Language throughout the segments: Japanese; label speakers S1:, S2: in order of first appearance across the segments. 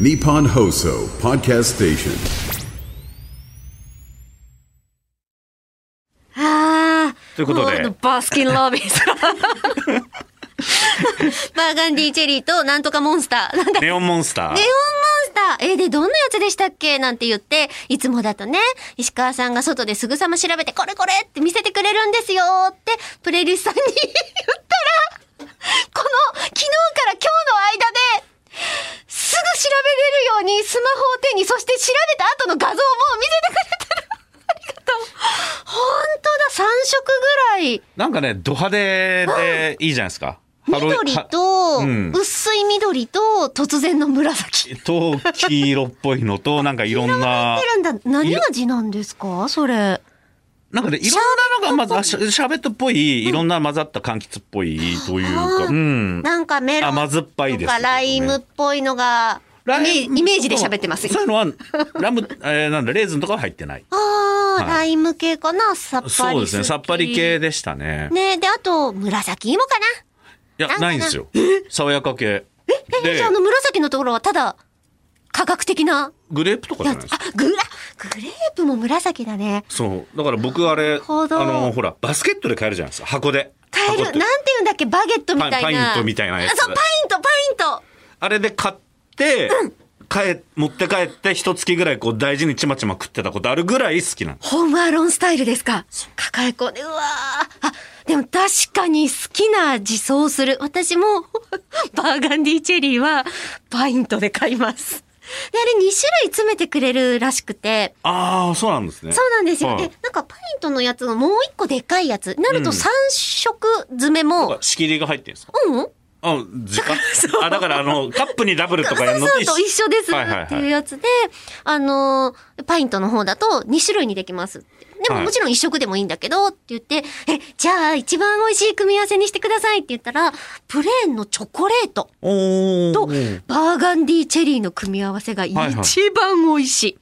S1: Nippon Hoso Podcast Station.
S2: ああ。
S3: ということで
S2: もバスキン・ロビン さん。バーガンディチェリーとなんとかモンスター。 なんだ
S3: ネオンモンスター
S2: ネオンモンスターえーで、どんなやつでしたっけなんて言って、いつもだとね、石川さんが外ですぐさま調べて、これこれって見せてくれるんですよって、プレイリスさんに言ったら、この、昨日から今日の間で、すぐ調べれるようにスマホを手に、そして調べた後の画像も見せてくれてる。ありがとう。本当だ、3色ぐらい。
S3: なんかねド派手でいいじゃないですかハロウィン
S2: 緑 と、
S3: うん
S2: 薄い緑と、突然の紫。
S3: と黄色っぽいのとなんかいろんな
S2: ってるんだ。何味なんですかそれ。
S3: なんかねいろんなのがまずあしゃシャーベットっぽいいろんな混ざった柑橘っぽいというかうん
S2: なんかメロン
S3: 甘酸っぱいです
S2: と
S3: ね
S2: かライムっぽいのが、
S3: ラム
S2: イメイメージで喋ってます。
S3: そういうのはラム えーなんだレーズンとかは入ってない
S2: ああ、
S3: はい
S2: ライム系かなさっぱり
S3: そうですね
S2: 好き
S3: さっぱり系。でしたね
S2: ねで、あと、紫芋かな。
S3: いや
S2: なんかな
S3: ないんですよ爽やか系
S2: え、じゃあ、あ
S3: で
S2: の紫のところはただ、科学的な
S3: グレープとかじゃ
S2: や
S3: ない
S2: つ
S3: で。す
S2: あ
S3: か、
S2: グラ、グレープも紫だね。
S3: そうだから僕あれあ
S2: ほど
S3: のほらバスケットで買えるじゃないですか箱で
S2: カエル、
S3: 箱
S2: なん
S3: っ
S2: て
S3: て
S2: 言うんだっけバゲットみたいな。
S3: パンパイントみたいなやつ
S2: あそう、パイント、パイント。
S3: あれで買って、帰持って帰って一月ぐらいこう大事にちまちま食ってたことあるぐらい好きなの。
S2: ホームアローンスタイルですか。抱え込んで、うわーあ、でも確かに好きな味そうする。私も、 バーガンディチェリーは、パイントで買います。で、あれ2種類詰めてくれるらしくて、
S3: ああ、そうなんですね。
S2: そうなんですよ。
S3: はい
S2: で、なんかパイントのやつがもう一個でかいやつ。なると3色詰めも、
S3: 仕切りが入ってるんですか
S2: うん、うん
S3: あ、時間あ、だからあの、カップにダブルとかや
S2: そう
S3: るの
S2: そう
S3: と
S2: と一緒です
S3: はいはいはい
S2: っていうやつで、あのー、パイントの方だと2種類にできますって。でも
S3: はい
S2: もちろん一食でもいいんだけどって言って、え、じゃあ一番美味しい組み合わせにしてくださいって言ったら、プレーンのチョコレート
S3: お
S2: と
S3: ー
S2: バーガンディチェリーの組み合わせが一
S3: はい
S2: 番美味しい。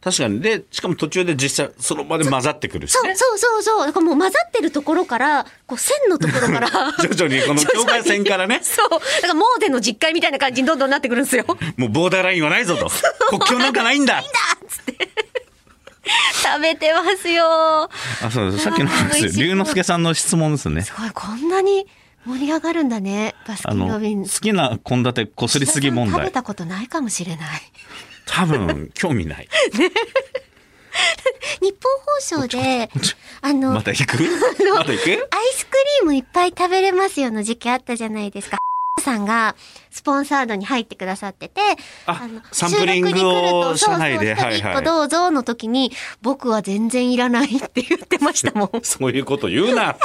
S3: 確かに。で、しかも途中で実際その場で混ざってくるし
S2: そ
S3: ね。
S2: う。そうそうそう。だからもう混ざってるところから、こう線のところから
S3: 徐々にこの境界線からね
S2: そう。だからモーデの実家みたいな感じにどんどんなってくるんです よ。
S3: もうボーダーラインはないぞと。国境なんかないんだ。
S2: 食べてますよ。
S3: あ、そうです。さっきの話ですよ龍之介さんの質問ですね。
S2: すごい、こんなに盛り上がるんだね。バスキ
S3: あ
S2: ン
S3: の、
S2: ロビン
S3: 好
S2: ズ。
S3: きな献立こすりすぎ問
S2: 食べ
S3: 題。
S2: たことないかもしれない。
S3: 多分、興味ない。
S2: 日本放送で、あの、
S3: また行くまた行く
S2: アイス クリームいっぱい食べれますよの時期あったじゃないですか。さんがスポンサードに入ってくださってて、
S3: あサンプリングを
S2: 収録に来ると
S3: 社内で
S2: そうそう一人
S3: は
S2: 一
S3: いは
S2: 個
S3: い
S2: どうぞの時に、僕は全然いらないって言ってましたもん。
S3: そういうこと言うな。